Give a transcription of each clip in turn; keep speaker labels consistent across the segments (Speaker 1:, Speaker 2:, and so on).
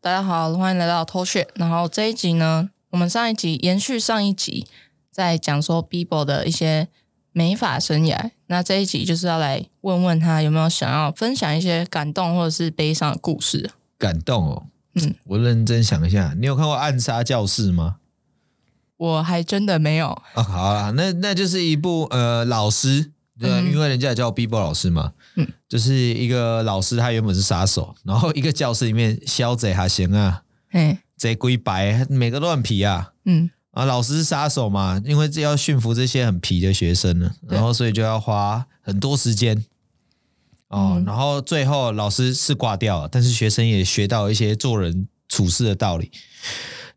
Speaker 1: 大家好，欢迎来到偷学。然后这一集呢，我们上一集延续上一集，在讲说 Bibo 的一些美发生涯。那这一集就是要来问问他有没有想要分享一些感动或者是悲伤的故事。
Speaker 2: 感动哦。
Speaker 1: 嗯
Speaker 2: 嗯，我认真想一下，你有看过《暗杀教室》吗？
Speaker 1: 我还真的没有，
Speaker 2: 啊，好啦，那那就是一部呃，老师，对，啊
Speaker 1: 嗯
Speaker 2: 因为人家也叫 Bibo 老师嘛，
Speaker 1: 嗯
Speaker 2: 嗯，就是一个老师，他原本是杀手，然后一个教室里面小贼还行啊，
Speaker 1: 嘿，
Speaker 2: 贼龟白，每个乱皮啊，
Speaker 1: 嗯，
Speaker 2: 啊，老师是杀手嘛，因为这要驯服这些很皮的学生呢，
Speaker 1: 对
Speaker 2: 然后所以就要花很多时间。哦，
Speaker 1: 嗯
Speaker 2: 然后最后老师是挂掉了，但是学生也学到一些做人处事的道理。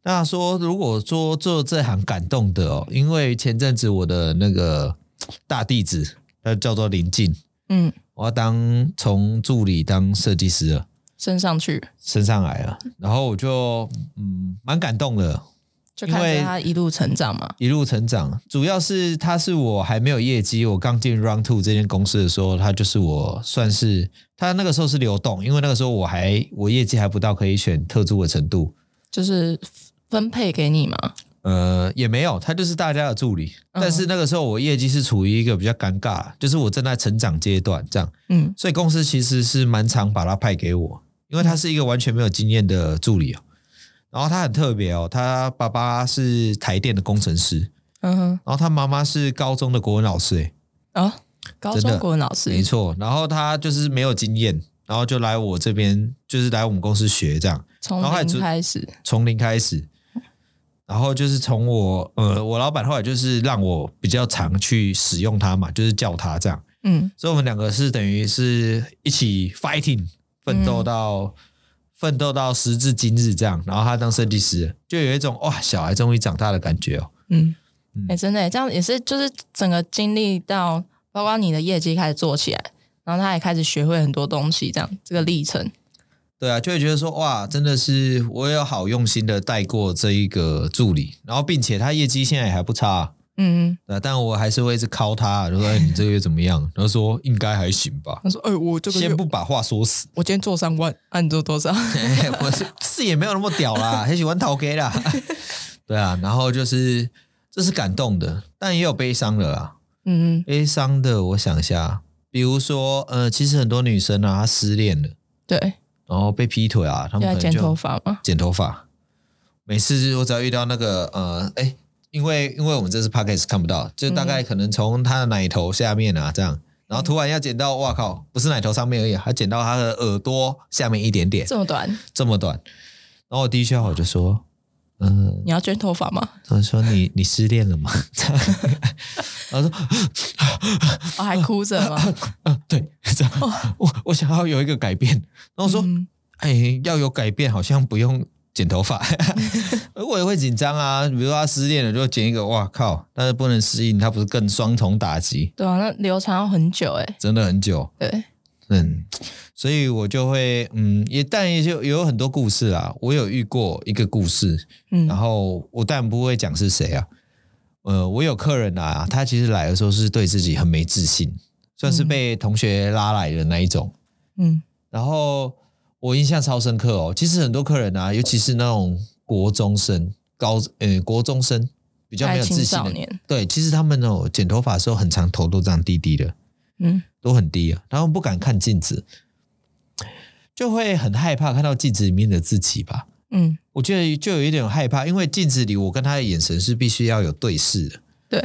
Speaker 2: 那说如果说做这行感动的哦，因为前阵子我的那个大弟子，他叫做林静，
Speaker 1: 嗯，
Speaker 2: 我要当从助理当设计师了，
Speaker 1: 升上去
Speaker 2: 升上来了，然后我就嗯蛮感动的，
Speaker 1: 就看
Speaker 2: 因为
Speaker 1: 着他一路成长嘛。
Speaker 2: 一路成长，主要是他是我还没有业绩，我刚进 Round Two 这间公司的时候，他就是我算是他那个时候是流动，因为那个时候我还我业绩还不到可以选特助的程度，
Speaker 1: 就是分配给你嘛。
Speaker 2: 呃，也没有，他就是大家的助理。
Speaker 1: 嗯
Speaker 2: 但是那个时候我业绩是处于一个比较尴尬，就是我正在成长阶段这样，
Speaker 1: 嗯
Speaker 2: 所以公司其实是蛮常把他派给我，因为他是一个完全没有经验的助理哦。然后他很特别哦，他爸爸是台电的工程师，
Speaker 1: 嗯哼，
Speaker 2: 然后他妈妈是高中的国文老师、欸，
Speaker 1: 啊，高
Speaker 2: 真
Speaker 1: 中
Speaker 2: 的
Speaker 1: 国文老师，
Speaker 2: 没错。然后他就是没有经验，然后就来我这边，就是来我们公司学这样，
Speaker 1: 从
Speaker 2: 然后还
Speaker 1: 零
Speaker 2: 主
Speaker 1: 开始，
Speaker 2: 从零开始。然后就是从我呃，我老板后来就是让我比较常去使用他嘛，就是叫他这样，
Speaker 1: 嗯
Speaker 2: 所以我们两个是等于是一起 fighting 奋
Speaker 1: 嗯
Speaker 2: 斗到、奋斗到时至今日这样。然后他当设计师，就有一种哇，小孩终于长大的感觉哦。
Speaker 1: 嗯，
Speaker 2: 嗯
Speaker 1: 哎、真的耶，这样也是，就是整个经历到，包括你的业绩开始做起来，然后他也开始学会很多东西，这样这个历程，
Speaker 2: 对啊，就会觉得说哇，真的是我有好用心的带过这一个助理，然后并且他业绩现在也还不差、啊，
Speaker 1: 嗯，
Speaker 2: 对啊但我还是会一直 call 他，就说、哎、你这个月怎么样？然后说应该还行吧，
Speaker 1: 他说，哎、我这
Speaker 2: 先不把话说死，
Speaker 1: 我今天做三万，啊，你做多少？
Speaker 2: 哎我是是也没有那么屌啦，很喜欢逃 K 啦， 对啊，然后就是这是感动的，但也有悲伤的啦，
Speaker 1: 嗯，
Speaker 2: 悲伤的我想一下，比如说呃，其实很多女生啊，她失恋了，
Speaker 1: 对，
Speaker 2: 然后被劈腿啊，她们
Speaker 1: 要
Speaker 2: 可
Speaker 1: 来剪
Speaker 2: 能就
Speaker 1: 头发嘛，
Speaker 2: 剪头发。每次我只要遇到那个呃，哎，因为因为我们这是 p o c a s t 看不到，就大概可能从他的奶头下面啊这样，然后突然要剪到，哇靠，不是奶头上面而已，还剪到他的耳朵下面一点点，
Speaker 1: 这么短，
Speaker 2: 这么短。然后我第一句话我就说，嗯、
Speaker 1: 你要卷头发 吗？
Speaker 2: 我说你你失恋了吗？ 这样然后说
Speaker 1: 我、哦还哭着吗？
Speaker 2: 啊，对，这样，我我想要有一个改变。然后说，
Speaker 1: 哦嗯
Speaker 2: 哎、要有改变，好像不用剪头 发。我也会紧张啊，比如说他失恋了，就剪一个，哇靠！但是不能适应，他不是更双重打击，
Speaker 1: 对啊，那流产要很久哎、
Speaker 2: 真的很久。
Speaker 1: 对，
Speaker 2: 嗯，所以我就会，嗯，也但也就也有很多故事啊。我有遇过一个故事，
Speaker 1: 嗯
Speaker 2: 然后我但不会讲是谁啊。呃，我有客人啊，他其实来的时候是对自己很没自信，算是
Speaker 1: 嗯
Speaker 2: 被同学拉来的那一种。
Speaker 1: 嗯
Speaker 2: 然后我印象超深刻哦。其实很多客人啊，尤其是那种国中生、高呃国中生比较没有自信
Speaker 1: 大概青少
Speaker 2: 的
Speaker 1: 年，
Speaker 2: 对，其实他们哦剪头发的时候，很长头都这样低低的，
Speaker 1: 嗯
Speaker 2: 都很低啊，他们不敢看镜子，就会很害怕看到镜子里面的自己吧。
Speaker 1: 嗯，
Speaker 2: 我觉得就有一点害怕，因为镜子里我跟他的眼神是必须要有对视的，
Speaker 1: 对，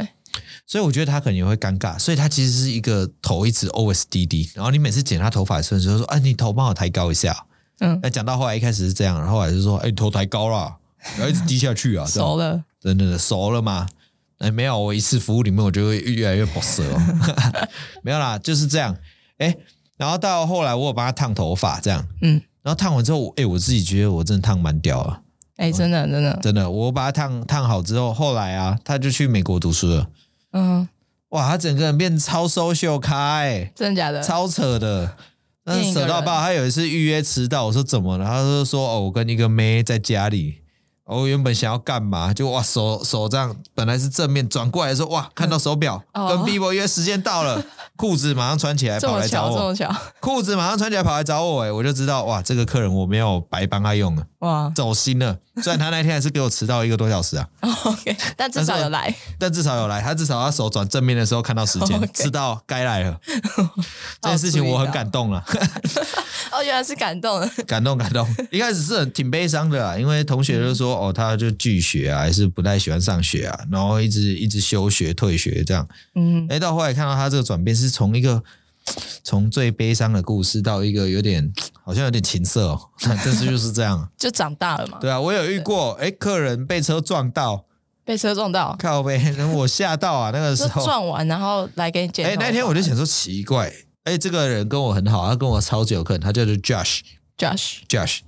Speaker 2: 所以我觉得他可能也会尴尬，所以他其实是一个头一直 always 低低，然后你每次剪他头发的时候，你就说：“啊，你头帮我抬高一下。”啊
Speaker 1: 嗯，
Speaker 2: 那哎讲到后来，一开始是这样，然后后来就说：“哎、你头抬高啦，然后一直低下去啊，这
Speaker 1: 熟
Speaker 2: 样
Speaker 1: 了，
Speaker 2: 真的熟了吗？”哎，没有，我一次服务里面，我就会越来越不舍哦。 没有啦，就是这样。哎，然后到后来，我有帮他烫头发，这样，
Speaker 1: 嗯，
Speaker 2: 然后烫完之后，我哎，我自己觉得我真的烫蛮屌啊，
Speaker 1: 哎、真的真的，
Speaker 2: 真的。我把他烫烫好之后，后来啊，他就去美国读书了。
Speaker 1: 嗯，
Speaker 2: 哇，他整个人变超 social 咖、哎，
Speaker 1: 真的假的？
Speaker 2: 超扯的。但
Speaker 1: 呃另一
Speaker 2: 是
Speaker 1: 个
Speaker 2: 扯到爆，
Speaker 1: 人
Speaker 2: 他有一次预约迟到，我说怎么了？他就说哦，我跟一个妹在家里，我原本想要干嘛，就哇手手这样，本来是正面转过来说哇，看到手表，
Speaker 1: 哦
Speaker 2: 跟 Bibo 约时间到 了，裤子马上穿起来
Speaker 1: 这
Speaker 2: 跑
Speaker 1: 么
Speaker 2: 来找
Speaker 1: 巧，这
Speaker 2: 我，
Speaker 1: 么巧，
Speaker 2: 裤子马上穿起来跑来找我，哎，我就知道哇，这个客人我没有白帮他用了，
Speaker 1: 哇
Speaker 2: 走心了。虽然他那天还是给我迟到一个多小 时啊，
Speaker 1: 哦，OK，但至少有来，
Speaker 2: 但至少有来，他至少他手转正面的时候看到时 间
Speaker 1: OK，
Speaker 2: 知道该 来了。这件事情我很感动啊了，
Speaker 1: 哦，原来是感动了，
Speaker 2: 感动感动。一开始是很挺悲伤的啦，啊因为同学就说
Speaker 1: 嗯
Speaker 2: 哦，他就拒学啊，还是不太喜欢上学啊，然后一直一直休学退学这样。
Speaker 1: 嗯，
Speaker 2: 哎，到后来看到他这个转变，是从一个从最悲伤的故事到一个有点好像有点情色哦， 但是就是这 样。
Speaker 1: 就长大了嘛，
Speaker 2: 对啊，我有遇过，哎，客人被车撞到，
Speaker 1: 被车撞到，
Speaker 2: 靠背，我吓到 啊，那个时
Speaker 1: 就
Speaker 2: 候。
Speaker 1: 撞完然后来给你剪头
Speaker 2: 哎，
Speaker 1: 发，
Speaker 2: 那天我就想说奇怪，哎，这个人跟我很好，他跟我超级有客人，他叫做 Josh。
Speaker 1: Josh，
Speaker 2: Josh。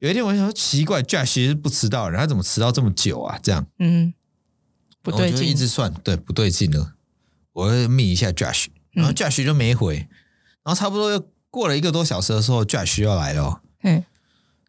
Speaker 2: 有一天我就想说奇怪，Josh 其实不迟到的人，他怎么迟到这么久啊？这样
Speaker 1: 嗯，不对
Speaker 2: 我就
Speaker 1: 劲，
Speaker 2: 一直算对不对劲了。我就密一下 Josh，然后
Speaker 1: 嗯
Speaker 2: Josh 就没回，然后差不多又过了一个多小时的时候，Josh 要来了哦。
Speaker 1: 嗯，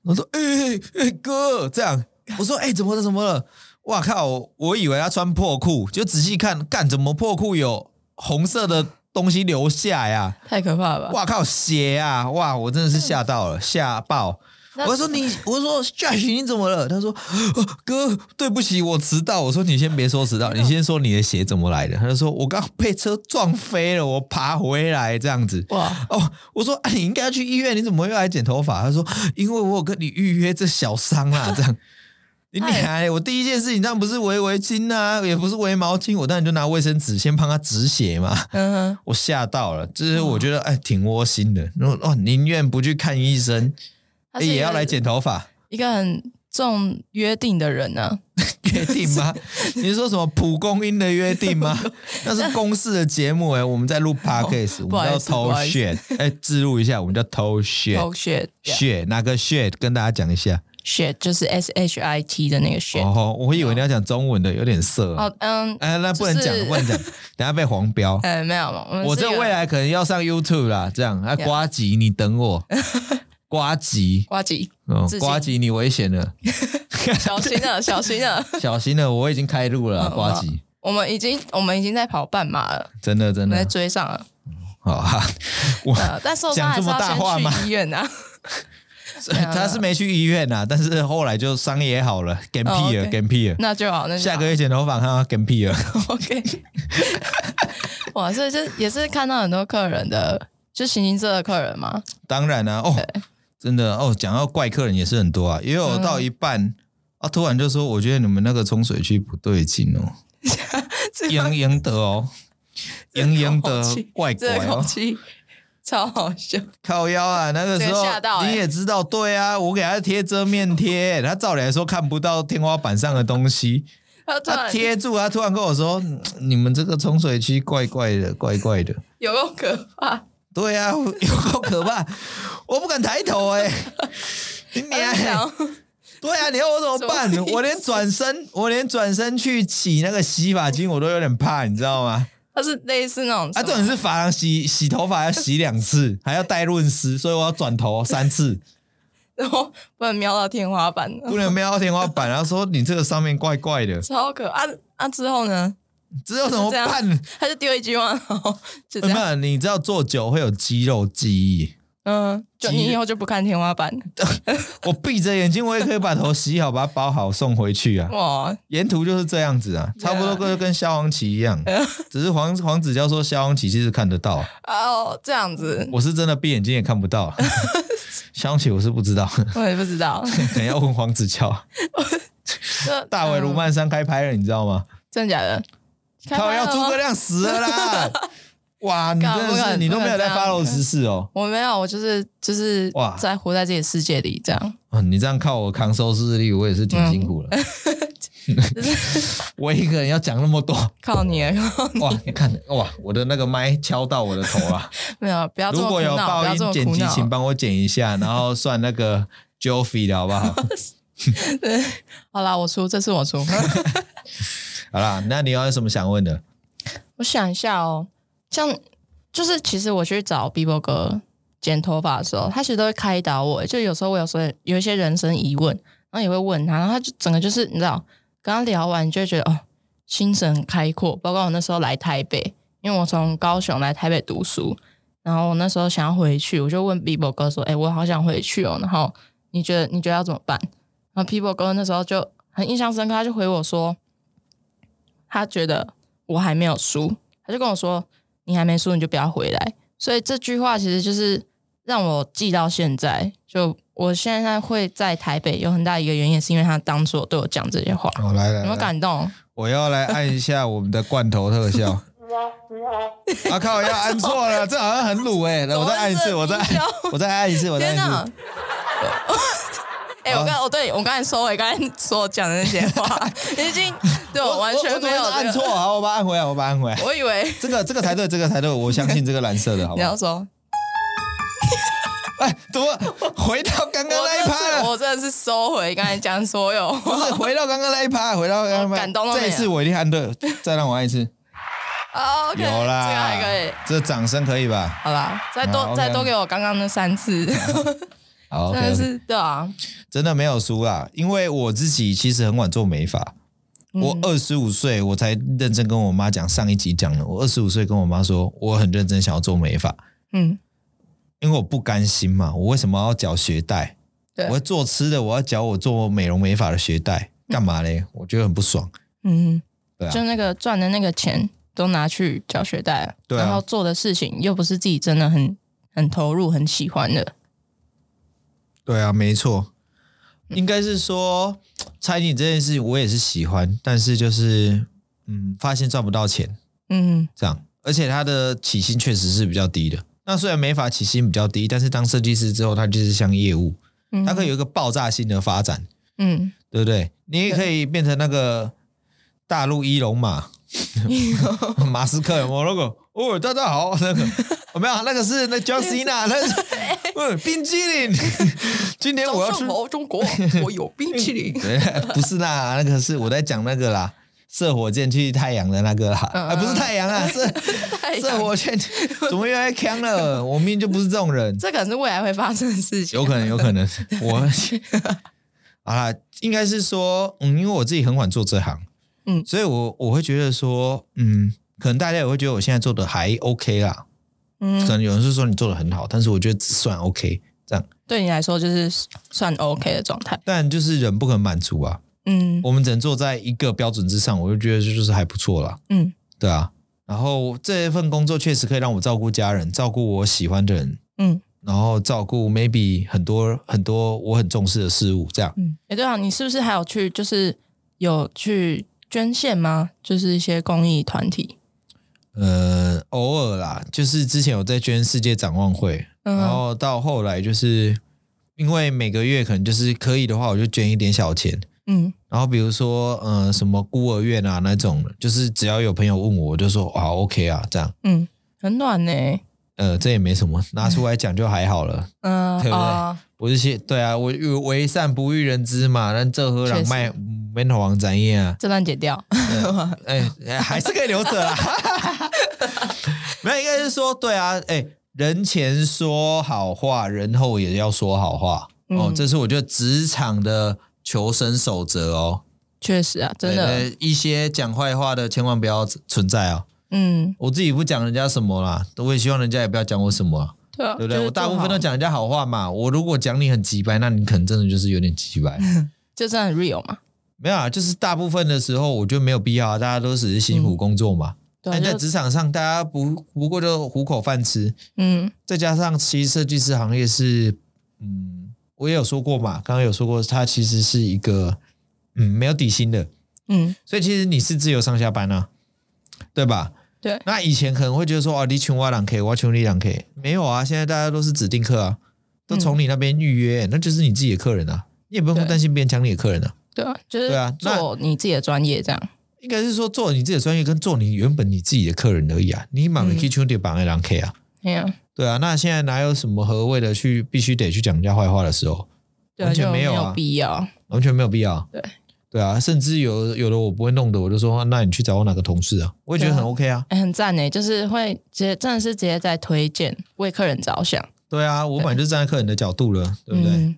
Speaker 2: 我说：“哎、欸、欸哥，这样。”我说：“哎、怎么了？怎么了？”哇靠！我以为他穿破裤，就仔细看，干怎么破裤有红色的东西留 下呀？
Speaker 1: 太可怕了吧？
Speaker 2: 哇靠，血啊！哇，我真的是吓到了，吓爆！
Speaker 1: 那
Speaker 2: 我 说你，我说 Josh 你怎么了？他说、 呃哥，对不起，我迟到。我说你先别说迟到，你先说你的鞋怎么来的。他就说我刚被车撞飞了，我爬回来这样子。
Speaker 1: 哇，
Speaker 2: 哦，我说啊，你应该要去医院，你怎么又来剪头发？他说因为我有跟你预约这小伤啊，这样。你你还我第一件事情，当然不是围围巾啊，也不是围毛巾，我当然就拿卫生纸先帮他止血嘛。
Speaker 1: 嗯哼，
Speaker 2: 我吓到了，就是我觉得哎，挺窝心的。然后哦，宁愿不去看医生，
Speaker 1: 他是一个
Speaker 2: 哎也要来剪头发，
Speaker 1: 一个很重约定的人呢，
Speaker 2: 约定吗？ 你是说什么蒲公英的约定吗？那是公式的节目哎、我们在录 podcast，、
Speaker 1: 哦
Speaker 2: 我
Speaker 1: 不好
Speaker 2: 们
Speaker 1: 意
Speaker 2: 叫
Speaker 1: 思
Speaker 2: 偷
Speaker 1: 不好意思
Speaker 2: 血哎，记录一下，我们叫 偷血
Speaker 1: 偷血
Speaker 2: 血哪个血？跟大家讲一下。
Speaker 1: shit 就是 S H I T 的那个 shit，
Speaker 2: 哦，我以为你要讲中文的，有点色、啊。
Speaker 1: 哦，嗯，
Speaker 2: 哎，那不能
Speaker 1: 就是
Speaker 2: 讲，不能讲，等下被黄标。
Speaker 1: 呃，没有嘛，们
Speaker 2: 我
Speaker 1: 是一
Speaker 2: 这
Speaker 1: 个
Speaker 2: 未来可能要上 YouTube 啦，这样啊，
Speaker 1: Yeah
Speaker 2: 瓜吉，你 等我，瓜吉。
Speaker 1: 瓜吉，
Speaker 2: 嗯
Speaker 1: 致，敬
Speaker 2: 瓜吉，你危险了，
Speaker 1: 小心了，小心了，
Speaker 2: 小心了，我已经开路了 啊，
Speaker 1: 嗯
Speaker 2: 瓜吉，
Speaker 1: 我们已经我们已经在跑半马了，
Speaker 2: 真的真
Speaker 1: 我们在
Speaker 2: 的，
Speaker 1: 追上了，
Speaker 2: 好哈，我
Speaker 1: 呃，但受伤还是
Speaker 2: 讲这么大话
Speaker 1: 要
Speaker 2: 吗
Speaker 1: 先去医院啊，
Speaker 2: 他是没去医院呐，但是后来就伤也好了，跟
Speaker 1: 哦
Speaker 2: 屁了，
Speaker 1: ，OK
Speaker 2: 跟屁了，
Speaker 1: 那就好，那就好
Speaker 2: 下个月剪头发看他跟屁了，
Speaker 1: OK，哇，所以就也是看到很多客人的，就形形色色的客人嘛，
Speaker 2: 当然啦，哦，真的哦，讲到怪客人也是很多啊，也有到一半啊，突然就说我觉得你们那个冲水区不对劲 哦，
Speaker 1: 这
Speaker 2: 盈盈的哦，盈盈
Speaker 1: 这个
Speaker 2: 的
Speaker 1: 口气
Speaker 2: 怪
Speaker 1: 这
Speaker 2: 怪
Speaker 1: 个口
Speaker 2: 哦，
Speaker 1: 气超好笑，
Speaker 2: 靠腰啊，那个时
Speaker 1: 这
Speaker 2: 候
Speaker 1: 个吓到欸
Speaker 2: 你也知道，对啊，我给他贴遮面贴，他照理来说看不到天花板上的东西，
Speaker 1: 他突
Speaker 2: 他
Speaker 1: 然
Speaker 2: 贴住，他突然跟我说：“嗯你们这个冲水区怪怪的，怪怪的。
Speaker 1: 有够可怕，”
Speaker 2: 对啊， 有够可怕， 我不敢抬头 哎、
Speaker 1: 他
Speaker 2: 你
Speaker 1: 就
Speaker 2: 娘！欸
Speaker 1: 想
Speaker 2: 对啊，你要我怎么办
Speaker 1: 什么意？思
Speaker 2: 我连转身，我连转身去洗那个洗发精，我都有点怕，你知道吗？
Speaker 1: 他是类似那种
Speaker 2: 啊，
Speaker 1: 什
Speaker 2: 重
Speaker 1: 么
Speaker 2: 点是发廊洗洗头发要洗两次， 还要带润湿，所以我要转头三 次。
Speaker 1: 然后不能瞄到天花板，
Speaker 2: 不能瞄到天花板，然后说你这个上面怪怪的，
Speaker 1: 超可啊啊！之后呢，
Speaker 2: 这有什么办？
Speaker 1: 他就丢一句话，然后就这
Speaker 2: 没
Speaker 1: 样，
Speaker 2: 有，你知道坐久会有肌肉记忆。
Speaker 1: 嗯，就
Speaker 2: 其
Speaker 1: 你
Speaker 2: 实
Speaker 1: 以后就不看天花板，
Speaker 2: 我闭着眼睛，我也可以把头洗好，把它包好送回 去啊。
Speaker 1: 哇，
Speaker 2: 沿途就是这样子啊，差不多跟跟消黄旗一 样，只是黄黄子佼说消黄旗其实看得到，
Speaker 1: 哦，这样子，
Speaker 2: 我是真的闭眼睛也看不到。 消黄旗我是不知道，
Speaker 1: 我也不知 道，
Speaker 2: 可能要问黄子佼。
Speaker 1: 嗯这嗯
Speaker 2: 大卫卢曼山开拍了，你知道吗？
Speaker 1: 真的假的？开
Speaker 2: 他
Speaker 1: 拍
Speaker 2: 要
Speaker 1: 了
Speaker 2: 诸
Speaker 1: 吗
Speaker 2: 葛亮死了 啦！哇，你真的
Speaker 1: 干不
Speaker 2: 是
Speaker 1: 敢
Speaker 2: 你都没有在
Speaker 1: 不敢这样
Speaker 2: follow 时事哦。
Speaker 1: 我没有，我就是就是
Speaker 2: 哇
Speaker 1: 在活在自己的世界里，这样
Speaker 2: 啊，你这样靠我扛收视率，我也是挺
Speaker 1: 嗯
Speaker 2: 辛苦了。 我一个人要讲那么多，
Speaker 1: 靠你了，靠你
Speaker 2: 哇！你看，哇，我的那个麦敲到我的头了。
Speaker 1: 没有， 不要这
Speaker 2: 如
Speaker 1: 么苦
Speaker 2: 果有
Speaker 1: 恼，
Speaker 2: 爆
Speaker 1: 不要这
Speaker 2: 音
Speaker 1: 么
Speaker 2: 剪
Speaker 1: 苦
Speaker 2: 辑，请
Speaker 1: 恼。
Speaker 2: 帮我剪一下，然后算那个 Joffy 的好不好？
Speaker 1: 好啦，我出，这次我 出。
Speaker 2: 好啦，那你有什么想问 的？
Speaker 1: 我想一下哦，像就是其实我去找 Bibo 哥剪头发的时候，他其实都会开导我，就有时候我有时候有一些人生疑问，然然后也会问他，然后他就整个就是你知道，跟他聊完你就会觉得哦，心神很开阔。包括我那时候来台北，因为我从高雄来台北读书，然后我那时候想要回去，我就问 Bibo 哥说：“哎、我好想回去哦。”然后你觉得你觉得要怎么办？然后 Bibo 哥那时候就很印象深刻，他就回我说：“他觉得我还没有输，他就跟我说：‘你还没输，你就不要回来。’所以这句话其实就是让我记到现在。就我现在会在台北，有很大一个原因也是因为他当初对我讲这些话，
Speaker 2: 我来来，
Speaker 1: 有没有
Speaker 2: 来
Speaker 1: 感动？
Speaker 2: 我要来按一下我们的罐头特效。啊靠！要按错了，这好像很卤哎、来，我再按一次，我再
Speaker 1: 怎么是
Speaker 2: 按，我再按一次，我再按
Speaker 1: 天
Speaker 2: 一次。！
Speaker 1: 哎、我刚哦，对我刚才收回刚才所讲的那些 话，已经对我完全没有、
Speaker 2: 我我我怎么按错，。啊好，我把它按回来，我把它按回来。
Speaker 1: 我以为
Speaker 2: 这个这个才对，这个才对，我相信这个蓝色的，好
Speaker 1: 你
Speaker 2: 不好
Speaker 1: 要？说，
Speaker 2: 哎，怎么回到刚
Speaker 1: 我
Speaker 2: 刚那
Speaker 1: 真
Speaker 2: 一
Speaker 1: 的
Speaker 2: 趴
Speaker 1: 是
Speaker 2: 了？
Speaker 1: 我真的是收回刚才讲所 有 话。
Speaker 2: 不是回到刚刚那一趴，回到刚刚那一趴。
Speaker 1: 我哦感动到没有
Speaker 2: 这一次我一定按对，再让我按 一次。
Speaker 1: 哦 OK，
Speaker 2: 有啦，
Speaker 1: 这个还可以。，
Speaker 2: 这掌声可以吧？
Speaker 1: 好啦，再多、
Speaker 2: 好，OK
Speaker 1: 再多给我刚刚那三次，
Speaker 2: 好
Speaker 1: 真
Speaker 2: ，OK，
Speaker 1: 的是对啊，
Speaker 2: 真的没有输啦，因为我自己其实很晚做美发，
Speaker 1: 嗯
Speaker 2: 我二十五岁我才认真跟我妈讲上一集讲了，我二十五岁跟我妈说我很认真想要做美发，
Speaker 1: 嗯，
Speaker 2: 因为我不甘心嘛，我为什么要缴学贷？
Speaker 1: 对
Speaker 2: 我要做吃的，我要缴我做美容美发的学贷，干嘛嘞？我觉得很不爽。
Speaker 1: 嗯，
Speaker 2: 对啊
Speaker 1: 就那个赚的那个钱都拿去缴学贷了，
Speaker 2: 对啊
Speaker 1: 然后做的事情又不是自己真的很很投入、很喜欢的，
Speaker 2: 对啊，没错，应该是说餐饮这件事情我也是喜欢，但是就是嗯，发现赚不到钱，
Speaker 1: 嗯
Speaker 2: 这样，而且他的起薪确实是比较低的。那虽然美发起薪比较低，但是当设计师之后，他就是像业务，
Speaker 1: 嗯，
Speaker 2: 他可以有一个爆炸性的发展，
Speaker 1: 嗯，
Speaker 2: 对不对？你也可以变成那个大陆一 龙马，马斯克有没有那个？哦，大家好， 那个我没有，啊那个是那 John Cena，那 是嗯冰激凌。 今天哎我要吃，。
Speaker 1: 中国，我有冰淇淋
Speaker 2: 对， 不是啦，那个是我在讲那个啦，射火箭去太阳的那个啦，
Speaker 1: 嗯
Speaker 2: 啊，不是太 阳啊，是
Speaker 1: 太
Speaker 2: 这
Speaker 1: 阳
Speaker 2: 我劝，怎么越来越强了？我明明就不是这种 人，
Speaker 1: 这可能是未来会发生的事情。
Speaker 2: 有可能，有可 能，我好啦，应该是说，嗯，因为我自己很晚做这行，
Speaker 1: 嗯
Speaker 2: 所以我我会觉得说，嗯，可能大家也会觉得我现在做的还 OK 啦，可
Speaker 1: 嗯，
Speaker 2: 能有人是说你做的很好，但是我觉得只算 OK 这样，
Speaker 1: 对你来说就是算 OK 的状态。
Speaker 2: 但就是人不可能满足啊，
Speaker 1: 嗯
Speaker 2: 我们只能做在一个标准之上，我就觉得这就是还不错啦。
Speaker 1: 嗯
Speaker 2: 对啊，然后这份工作确实可以让我照顾家人，照顾我喜欢的人，
Speaker 1: 嗯
Speaker 2: 然后照顾 maybe 很多很多我很重视的事物，这样。
Speaker 1: 嗯。哎、对啊，你是不是还有去就是有去捐献吗？就是一些公益团体。
Speaker 2: 呃，偶尔啦，就是之前有在捐世界展望会，然
Speaker 1: 嗯
Speaker 2: 后到后来就是因为每个月可能就是可以的话，我就捐一点小钱。
Speaker 1: 嗯
Speaker 2: 然后比如说，呃，什么孤儿院啊那种的，就是只要有朋友问我，我就说啊 OK 啊这样，
Speaker 1: 嗯，很暖呢、
Speaker 2: 呃，这也没什么，拿出来讲就还 好了。
Speaker 1: 嗯、
Speaker 2: 对不对
Speaker 1: 啊
Speaker 2: 我是写对啊，我我为善不欲人知嘛，但这何
Speaker 1: 确
Speaker 2: 人
Speaker 1: 实
Speaker 2: 卖门头王展 业啊，
Speaker 1: 这段剪掉。
Speaker 2: 哎、哎还是可以留着 啦。没有，应该是说对啊，哎、人前说好话，人后也要说好话、哦
Speaker 1: 嗯，
Speaker 2: 这是我觉得职场的求生守则哦。
Speaker 1: 确实啊，真的，
Speaker 2: 对，对一些讲坏话的千万不要存在哦。
Speaker 1: 嗯，
Speaker 2: 我自己不讲人家什么啦，我也希望人家也不要讲我什么啊、
Speaker 1: 对啊，
Speaker 2: 对不
Speaker 1: 就
Speaker 2: 对？
Speaker 1: 是
Speaker 2: 我大部
Speaker 1: 做
Speaker 2: 分都
Speaker 1: 好，
Speaker 2: 讲人家好话嘛。我如果讲你很急白，那你可能真的就是有点急 白。
Speaker 1: 就真的很 real 嘛，
Speaker 2: 没有啊，就是大部分的时候，我觉得没有必要啊，大家都只是辛苦工作嘛。
Speaker 1: 嗯对啊、
Speaker 2: 但在
Speaker 1: 就
Speaker 2: 职场上，大家不不过就糊口饭吃，
Speaker 1: 嗯
Speaker 2: 再加上其实设计师行业是，嗯，我也有说过嘛，刚刚有说过，它其实是一个嗯没有底薪的，
Speaker 1: 嗯，
Speaker 2: 所以其实你是自由上下班啊，对吧？
Speaker 1: 对，
Speaker 2: 那以前可能会觉得说，哦，你请我两 K，我请你两 K，没有啊，现在大家都是指定客啊，都从你那边预约，那就是你自己的客人啊，你也不
Speaker 1: 对
Speaker 2: 用担心别人抢你的客人啊。
Speaker 1: 对啊，就是
Speaker 2: 对啊那
Speaker 1: 做你自己的专业这样，
Speaker 2: 应该是说做你自己的专业跟做你原本你自己的客人而已啊。你买
Speaker 1: 嗯
Speaker 2: K 圈得绑 A 两 K 啊，
Speaker 1: 哎呀、
Speaker 2: 对啊。那现在哪有什么何谓的去必须得去讲人家坏话的时候，
Speaker 1: 对啊，
Speaker 2: 完全
Speaker 1: 就
Speaker 2: 没有啊
Speaker 1: 有必要。
Speaker 2: 完全没有必要。
Speaker 1: 对
Speaker 2: 对啊，甚至有有的我不会弄的，我就说啊那你去找我哪个同事啊，我也觉得
Speaker 1: 对啊
Speaker 2: 很 OK 啊。
Speaker 1: 哎、很赞呢，就是会直接真的是直接在推荐，为客人着想，
Speaker 2: 对啊，我本来就站在客人的角度了，对不对？
Speaker 1: 嗯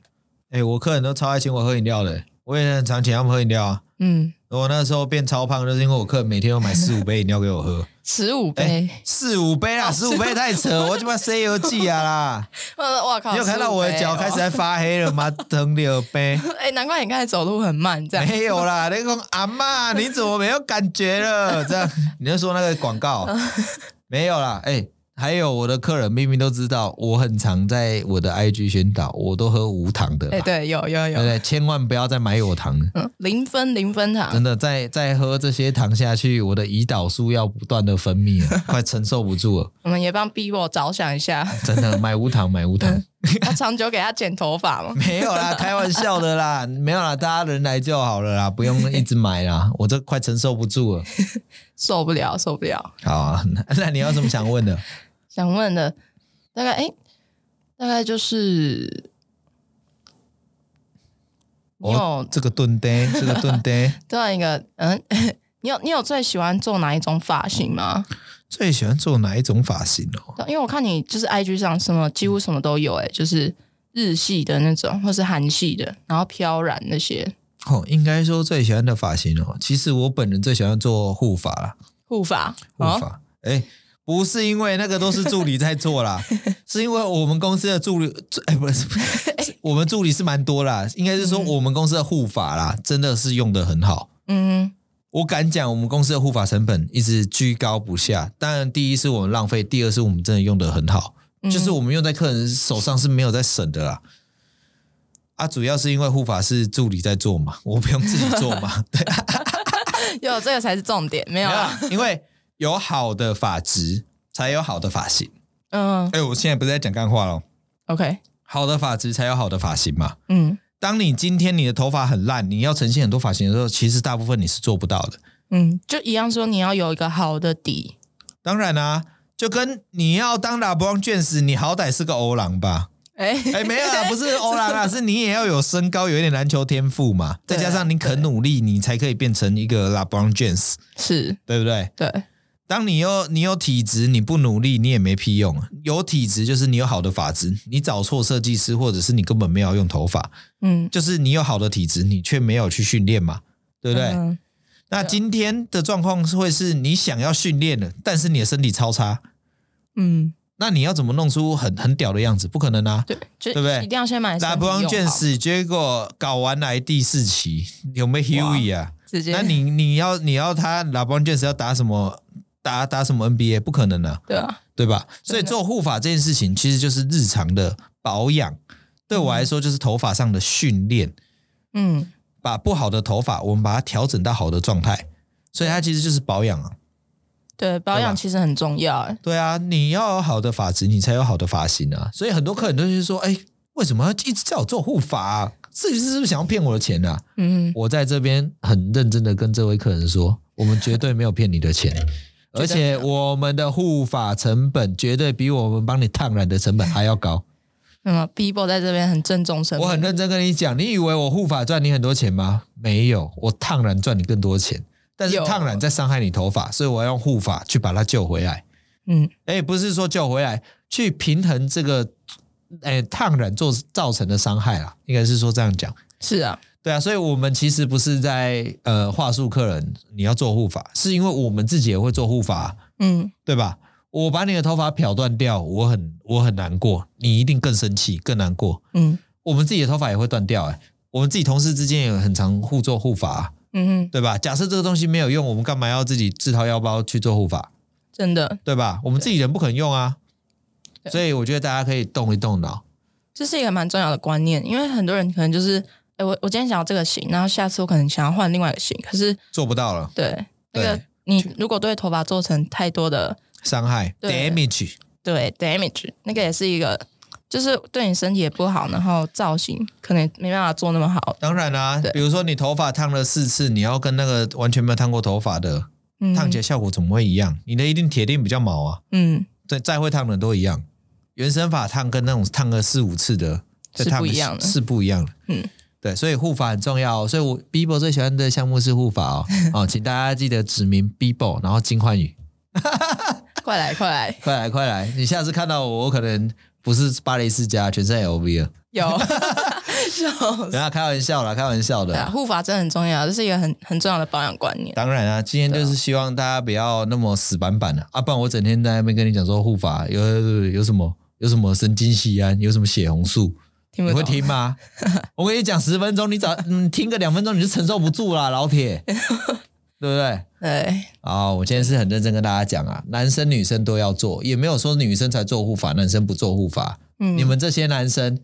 Speaker 2: 哎、我客人都超爱请我喝饮料的，我也很常请他们喝饮料啊。
Speaker 1: 嗯，
Speaker 2: 我那时候变超胖，就是因为我客人每天都买四五杯饮料给我喝，
Speaker 1: 十五杯，
Speaker 2: 四五 杯啦，十五杯太扯，我他妈 C 游记啊啦！
Speaker 1: 我哇靠！
Speaker 2: 你有看到我的脚开
Speaker 1: 15杯
Speaker 2: 始
Speaker 1: 哦
Speaker 2: 在发黑了吗？疼的杯
Speaker 1: 哦？哎、难怪你刚才走路很慢，这样
Speaker 2: 没有啦，那个阿妈，你怎么没有感觉了？这样你就说那个广告
Speaker 1: 嗯
Speaker 2: 没有啦，哎、还有我的客人明明都知道，我很常在我的 IG 宣导，我都喝无糖的啦，
Speaker 1: 哎、对，有有
Speaker 2: 对不啊
Speaker 1: 有，
Speaker 2: 对？千万不要再买有糖的。
Speaker 1: 嗯，零分零分糖
Speaker 2: 真，的，再再喝这些糖下去，我的胰岛素要不断的分泌 了，快承受不住了。
Speaker 1: 我们也帮 Bibo 着想一 下，
Speaker 2: 真的，买无糖，买无糖，
Speaker 1: 他长久给他剪头发嘛，
Speaker 2: 没有 啦，开玩笑的啦，没有啦，大家人来就好了啦，不用一直买 啦，我这快承受不住了。
Speaker 1: 受不了受不了。
Speaker 2: 好啊，那那你有什么想问 的？
Speaker 1: 想问的大概哎、大概就是你
Speaker 2: 哦
Speaker 1: 有，
Speaker 2: 这个盾呆，这个盾 呆，
Speaker 1: 这样一个嗯， 你有你有最喜欢做哪一种发型吗？啊
Speaker 2: 最喜欢做哪一种发型哦？
Speaker 1: 因为我看你就是 IG 上什么几乎什么都有、欸，哎，就是日系的那种，或是韩系的，然后飘染那些
Speaker 2: 哦，应该说最喜欢的发型哦，其实我本人最喜欢做护发啦。
Speaker 1: 护发，
Speaker 2: 护
Speaker 1: 哦、
Speaker 2: 法。哎、不是因为那个都是助理在 做啦，是因为我们公司的助理，助哎、不是，不是 是我们助理是蛮多啦，应该是说我们公司的护法啦，真的是用的很好。
Speaker 1: 嗯，
Speaker 2: 我敢讲，我们公司的护法成本一直居高不下。当然，第一是我们浪费，第二是我们真的用的很好，
Speaker 1: 嗯
Speaker 2: 就是我们用在客人手上是没有在省的啦。啊，主要是因为护法是助理在做嘛，我不用自己做嘛，
Speaker 1: 有这个才是重点， 没有
Speaker 2: 没有
Speaker 1: 啊，
Speaker 2: 啦， 因为有好的发质，才有好的发型。
Speaker 1: 嗯
Speaker 2: 哎、我现在不是在讲干话喽。
Speaker 1: ，OK，
Speaker 2: 好的发质才有好的发型嘛。
Speaker 1: 嗯
Speaker 2: 当你今天你的头发很烂，你要呈现很多发型的时候，其实大部分你是做不到的。
Speaker 1: 嗯，就一样说你要有一个好的底，
Speaker 2: 当然啊，就跟你要当 LeBron James，你好歹是个欧郎吧？
Speaker 1: 哎、
Speaker 2: 哎，没有 啦，不是欧郎啦，是你也要有身高，有一点篮球天赋嘛。
Speaker 1: 对
Speaker 2: 再
Speaker 1: 啊
Speaker 2: 加上你肯努力，你才可以变成一个 LeBron James，
Speaker 1: 是
Speaker 2: 对不对？
Speaker 1: 对，
Speaker 2: 当你有你有体质，你不努力，你也没屁用。啊有体质就是你有好的发质，你找错设计师，或者是你根本没有用头发。
Speaker 1: 嗯，
Speaker 2: 就是你有好的体质，你却没有去训练嘛，对不对？
Speaker 1: 嗯
Speaker 2: 那今天的状况是会是你想要训练了，但是你的身体超差，
Speaker 1: 嗯，
Speaker 2: 那你要怎么弄出很很屌的样子？不可能啊！
Speaker 1: 对，就
Speaker 2: 对不对
Speaker 1: 一定要先买
Speaker 2: 拉
Speaker 1: 身体
Speaker 2: 布朗
Speaker 1: 用
Speaker 2: 卷
Speaker 1: 好
Speaker 2: 死，结果搞完来第四期，有没有 Huey 啊？
Speaker 1: 直接，
Speaker 2: 那你你要你要他拉布朗卷死要打什么打打什么 NBA？不可能啊！
Speaker 1: 对啊，
Speaker 2: 对吧？所以做护发这件事情其实就是日常的保养，对我来说就是头发上的训练。
Speaker 1: 嗯
Speaker 2: 把不好的头发，我们把它调整到好的状态，所以它其实就是保养啊。
Speaker 1: 对，保养其实很重要、哎
Speaker 2: 对啊，你要有好的发质，你才有好的发型啊。所以很多客人都是说，哎，为什么要一直叫我做护发、啊？设计师是不是想要骗我的钱啊？
Speaker 1: 嗯，
Speaker 2: 我在这边很认真的跟这位客人说，我们绝对没有骗你的钱，而且我们的护发成本绝对比我们帮你烫染的成本还要高。
Speaker 1: 那么 Bibo 在这边很郑重声明，
Speaker 2: 我很认真跟你讲，你以为我护发赚你很多钱吗？没有，我烫染赚你更多钱。但是
Speaker 1: 有
Speaker 2: 烫染在伤害你头发，所以我要用护发去把它救回来。
Speaker 1: 嗯
Speaker 2: 哎，不是说救回来，去平衡这个，哎，烫染做造成的伤害啦，应该是说这样讲。
Speaker 1: 是啊，
Speaker 2: 对啊，所以我们其实不是在呃话术客人你要做护发，是因为我们自己也会做护发啊、
Speaker 1: 嗯
Speaker 2: 对吧？我把你的头发漂断掉，我很我很难过，你一定更生气，更难过。
Speaker 1: 嗯
Speaker 2: 我们自己的头发也会断掉、欸，我们自己同事之间也很常互做护发啊、
Speaker 1: 嗯，嗯
Speaker 2: 对吧？假设这个东西没有用，我们干嘛要自己自掏腰包去做护发，
Speaker 1: 真的，
Speaker 2: 对吧？我们自己人不肯用啊，
Speaker 1: 对
Speaker 2: 所以我觉得大家可以动一动脑，
Speaker 1: 这是一个蛮重要的观念，因为很多人可能就是，哎，我我今天想要这个型，然后下次我可能想要换另外一个型，可是
Speaker 2: 做不到了，
Speaker 1: 对那
Speaker 2: 对
Speaker 1: 个你如果对头发做成太多的
Speaker 2: 伤害
Speaker 1: 对
Speaker 2: damage，
Speaker 1: 对 damage，那个也是一个。就是对你身体也不好，然后造型可能没办法做那么好。
Speaker 2: 当然啦、
Speaker 1: 对
Speaker 2: 比如说你头发烫了四次，你要跟那个完全没有烫过头发的
Speaker 1: 嗯
Speaker 2: 烫起来效果怎么会一样？你的一定铁定比较毛啊，
Speaker 1: 嗯，
Speaker 2: 再再会烫的人都一样，原生发烫跟那种烫个四五次的再
Speaker 1: 是
Speaker 2: 烫
Speaker 1: 不一样的
Speaker 2: 是不一样的。
Speaker 1: 嗯，
Speaker 2: 对，所以护发很重要哦、所以我 Bibo 最喜欢的项目是护发哦。 哦，请大家记得指名 Bibo，然后金焕宇，
Speaker 1: 快来快来，
Speaker 2: 快来快 来！你下次看到我，我可能不是巴黎世家，全是 LV 了。
Speaker 1: 有 笑死！
Speaker 2: 啊
Speaker 3: 然后开玩笑啦，开玩笑
Speaker 1: 对
Speaker 3: 的。
Speaker 1: 啊，护发真的很重要，这是一个很很重要的保养观念。
Speaker 3: 当然啊，今天就是希望大家不要那么死板板啊，啊，不然我整天在那边跟你讲说护法有有什么有什么神经酰胺，有什么血红素，
Speaker 1: 听
Speaker 3: 你
Speaker 1: 不
Speaker 3: 会
Speaker 1: 懂？
Speaker 3: 听 吗？我跟你讲十分钟，你早嗯听个两分钟你就承受不住啦，老 铁，对不对？
Speaker 1: 对，
Speaker 3: 啊、我今天是很认真跟大家讲啊，男生女生都要做，也没有说女生才做护发，男生不做护发。
Speaker 1: 嗯，
Speaker 3: 你们这些男生，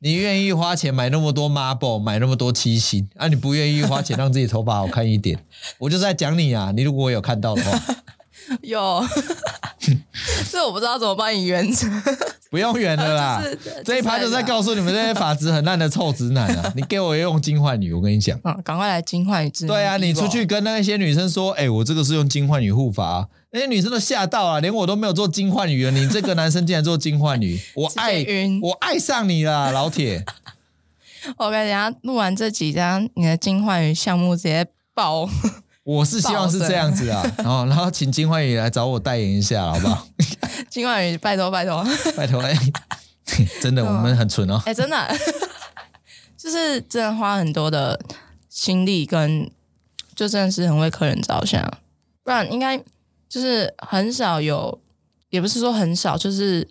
Speaker 3: 你愿意花钱买那么多 marble，买那么多七星啊？你不愿意花钱让自己头发好看一 点？我就在讲你啊！你如果有看到的话，
Speaker 1: 有， 这我不知道怎么帮你圆成。
Speaker 3: 不用远了啦。
Speaker 1: 就是
Speaker 3: 啊
Speaker 1: 啊
Speaker 3: 这一趴就在
Speaker 1: 我。
Speaker 3: 告诉你们这些发质很烂的臭直男啊！你给我用金焕语，我跟你讲。
Speaker 1: 嗯，赶快来金焕宇治。
Speaker 3: 对啊，你出去跟那些女生说，哎、我这个是用金焕语护发、啊，那些女生都吓到啊，连我都没有做金焕语了，你这个男生竟然做金焕 语，我爱
Speaker 1: 直接晕
Speaker 3: 我爱上你啦，老 铁，
Speaker 1: 我跟等一下录完这几张，你的金焕宇项目直接爆。
Speaker 3: 我是希望是这样子啊，然后然后请金焕语来找我代言一下，好不好？
Speaker 1: 金焕宇，拜托拜托，
Speaker 3: 拜托，哎、 真的，我们很纯哦，
Speaker 1: 哎，真的 啊，就是真的花很多的心力跟，就真的是很为客人着想，不然应该就是很少有，也不是说很少，就是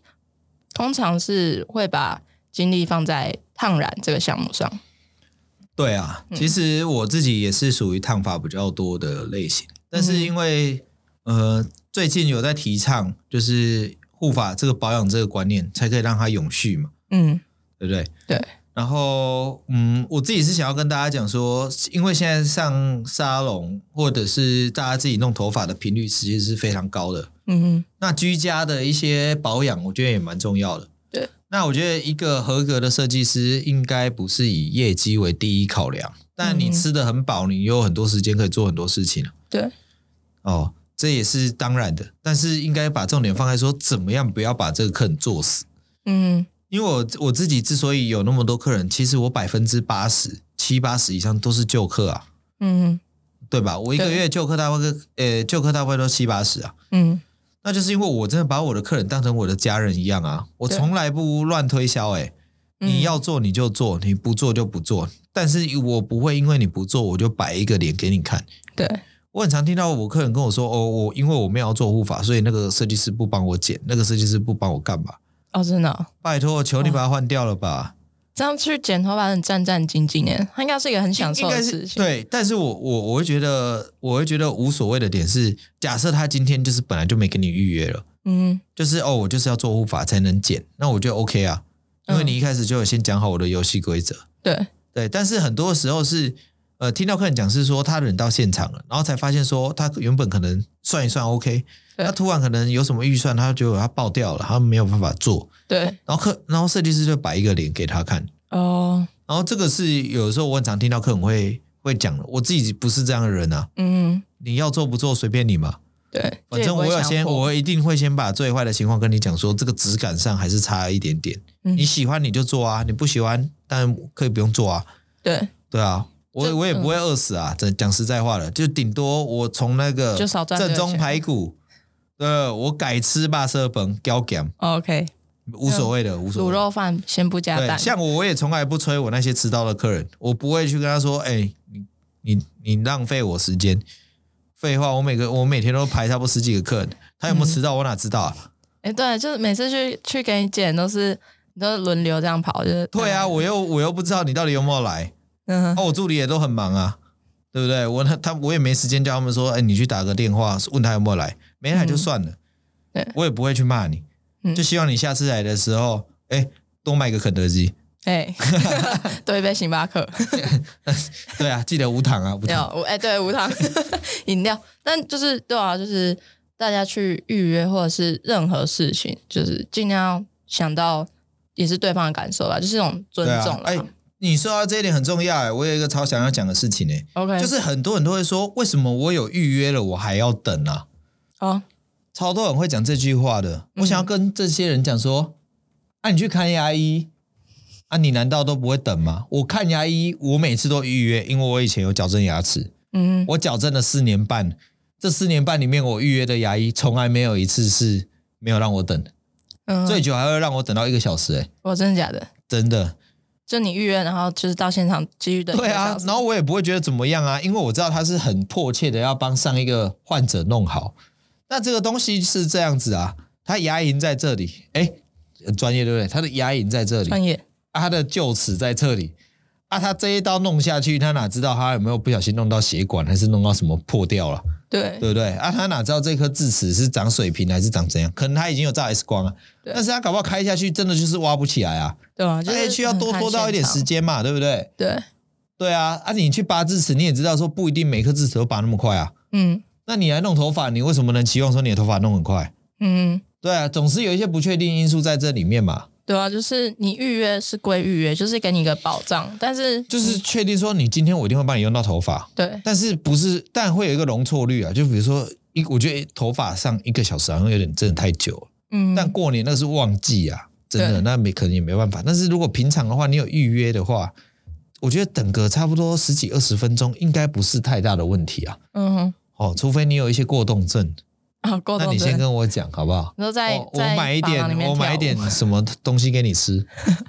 Speaker 1: 通常是会把精力放在烫染这个项目上。
Speaker 2: 对啊，
Speaker 1: 嗯
Speaker 2: 其实我自己也是属于烫发比较多的类
Speaker 1: 嗯
Speaker 2: 型，但是因为、呃最近有在提倡就是护发这个保养这个观念，才可以让它永续嘛，
Speaker 1: 嗯，
Speaker 2: 对不对？
Speaker 1: 对。
Speaker 2: 然后嗯，我自己是想要跟大家讲说，因为现在上沙龙或者是大家自己弄头发的频率其实是非常高的，
Speaker 1: 嗯
Speaker 2: 那居家的一些保养，我觉得也蛮重要的。
Speaker 1: 对，
Speaker 2: 那我觉得一个合格的设计师应该不是以业绩为第一考量，但你
Speaker 1: 嗯
Speaker 2: 吃的很饱，你有很多时间可以做很多事情啊
Speaker 1: 对，
Speaker 2: 哦，这也是当然的。但是应该把重点放在说，怎么样不要把这个客人做死。
Speaker 1: 嗯
Speaker 2: 因为我我自己之所以有那么多客人，其实我百分之八十、七八十以上都是旧客啊，
Speaker 1: 嗯
Speaker 2: 对吧？我一个
Speaker 1: 对
Speaker 2: 月旧客大概呃旧客大概都七八十啊，
Speaker 1: 嗯
Speaker 2: 那就是因为我真的把我的客人当成我的家人一样啊，我
Speaker 1: 对
Speaker 2: 从来不乱推销、欸。
Speaker 1: 嗯
Speaker 2: 你要做你就做，你不做就不做。但是我不会因为你不做，我就摆一个脸给你看。
Speaker 1: 对，
Speaker 2: 我很常听到我客人跟我说：“哦，我因为我没有要做护法，所以那个设计师不帮我剪，那个设计师不帮我干嘛？
Speaker 1: 哦，真的哦、
Speaker 2: 拜托，求你把它换掉了吧。
Speaker 1: 这样去剪头发很战战兢兢耶，他应该是一个很享
Speaker 2: 应
Speaker 1: 受
Speaker 2: 该
Speaker 1: 的
Speaker 2: 是
Speaker 1: 事情。
Speaker 2: 对，但是我我我会觉得，我会觉得无所谓的点是，假设他今天就是本来就没跟你预约了。
Speaker 1: 嗯
Speaker 2: 就是哦，我就是要做护法才能剪，那我就 OK 啊，因为
Speaker 1: 嗯
Speaker 2: 你一开始就有先讲好我的游戏规则。
Speaker 1: 对，
Speaker 2: 对，但是很多时候是，呃，听到客人讲是说他忍到现场了，然后才发现说他原本可能算一算 OK，
Speaker 1: 对
Speaker 2: 他突然可能有什么预算，他就他爆掉了，他没有办法做，
Speaker 1: 对，
Speaker 2: 然后客然后设计师就摆一个脸给他看，
Speaker 1: 哦，
Speaker 2: 然后这个是有时候我很常听到客人会会讲的，我自己不是这样的人啊，
Speaker 1: 嗯，
Speaker 2: 你要做不做随便你嘛，
Speaker 1: 对，
Speaker 2: 反正我有先，我一定会先把最坏的情况跟你讲说，这个质感上还是差一点点。
Speaker 1: 嗯
Speaker 2: 你喜欢你就做啊，你不喜欢当然可以不用做啊，
Speaker 1: 对，
Speaker 2: 对啊，我
Speaker 1: 这嗯
Speaker 2: 我也不会饿死啊。这讲实在话的，就顶多我从那个
Speaker 1: 就少赚
Speaker 2: 正
Speaker 1: 点
Speaker 2: 宗
Speaker 1: 钱
Speaker 2: 排骨，呃，我改吃霸色本高减，
Speaker 1: 哦 OK，
Speaker 2: 无所谓的，无所
Speaker 1: 卤
Speaker 2: 谓。
Speaker 1: 肉饭先不加
Speaker 2: 对，
Speaker 1: 蛋，
Speaker 2: 像我我也从来不催我那些迟到的客人，我不会去跟他说，哎、你你你浪费我时间。废话，我每个我每天都排差不多十几个客人，他有没有迟到，
Speaker 1: 嗯
Speaker 2: 我哪知道啊？
Speaker 1: 哎，对，就是每次去去给你剪都是你都是轮流这样跑，就是
Speaker 2: 对啊，，我又我又不知道你到底有没有来，
Speaker 1: 嗯
Speaker 2: 啊，我助理也都很忙啊，对不对？我那他我也没时间叫他们说，哎，你去打个电话问他有没有来，没来就算了，
Speaker 1: 嗯对
Speaker 2: 我也不会去骂你，
Speaker 1: 嗯
Speaker 2: 就希望你下次来的时候，哎，多买个肯德基，
Speaker 1: 哎， 对一杯星巴克，
Speaker 2: 对啊，记得无糖啊，无
Speaker 1: 有
Speaker 2: 糖，
Speaker 1: 我哎，对，无糖 饮料，但就是对啊，就是大家去预约或者是任何事情，就是尽量想到也是对方的感受吧，就是一种尊
Speaker 2: 对啊
Speaker 1: 重，啦
Speaker 2: 哎。你说到这一点很重要哎，我有一个超想要讲的事情哎，
Speaker 1: OK，
Speaker 2: 就是很多人都会说，为什么我有预约了，我还要等啊？
Speaker 1: 哦，
Speaker 2: 超多人会讲这句话的。
Speaker 1: 嗯
Speaker 2: 我想要跟这些人讲说，啊，你去看牙医，啊，你难道都不会等吗？我看牙医，我每次都预约，因为我以前有矫正牙齿，
Speaker 1: 嗯，
Speaker 2: 我矫正了四年半，这四年半里面，我预约的牙医从来没有一次是没有让我等，
Speaker 1: 嗯，
Speaker 2: 最久还会让我等到一个小时、欸，
Speaker 1: 我真的假的？
Speaker 2: 真的。
Speaker 1: 就你预约，然后就是到现场继续等一个
Speaker 2: 对啊
Speaker 1: 小，时
Speaker 2: 然后我也不会觉得怎么样啊，因为我知道他是很迫切的要帮上一个患者弄好。那这个东西是这样子啊，他牙龈在这里，哎，很专业对不对？他的牙龈在这里，
Speaker 1: 专业
Speaker 2: 啊、他的臼齿在这里，啊，他这一刀弄下去，他哪知道他有没有不小心弄到血管，还是弄到什么破掉了，
Speaker 1: 对
Speaker 2: 对不对？啊，他哪知道这颗智齿是长水平还是长怎样？可能他已经有照 X 光啊，
Speaker 1: 对
Speaker 2: 但是他搞不好开下去真的就是挖不起来啊，
Speaker 1: 对啊，就
Speaker 2: 就是是需要多
Speaker 1: 很看
Speaker 2: 拖到一点
Speaker 1: 现场
Speaker 2: 时，间嘛，对不对？
Speaker 1: 对，
Speaker 2: 对啊，啊，你去拔智齿，你也知道说不一定每颗智齿都拔那么快啊。
Speaker 1: 嗯
Speaker 2: 那你来弄头发，你为什么能期望说你的头发弄很快？
Speaker 1: 嗯，
Speaker 2: 对啊，总是有一些不确定因素在这里面嘛，
Speaker 1: 对啊，就是你预约是归预约，就是给你一个保障，但是
Speaker 2: 就是确定说你今天我一定会帮你用到头发，
Speaker 1: 对
Speaker 2: 但是不是？但会有一个容错率啊，就比如说一，我觉得头发上一个小时好像有点真的太久了，
Speaker 1: 嗯，
Speaker 2: 但过年那个是旺季啊，真的
Speaker 1: 对
Speaker 2: 那没可能也没办法。但是如果平常的话，你有预约的话，我觉得等个差不多十几二十分钟应该不是太大的问题啊。
Speaker 1: 嗯哼
Speaker 2: 哦，除非你有一些过动症，
Speaker 1: 啊，过
Speaker 2: 那
Speaker 1: 动
Speaker 2: 你先
Speaker 1: 症，
Speaker 2: 跟我讲好不好？
Speaker 1: 你说在
Speaker 2: 哦我我
Speaker 1: 在
Speaker 2: 买一
Speaker 1: 发廊里
Speaker 2: 点，
Speaker 1: 面
Speaker 2: 我买
Speaker 1: 跳
Speaker 2: 一
Speaker 1: 舞
Speaker 2: 点 什么东西给 你吃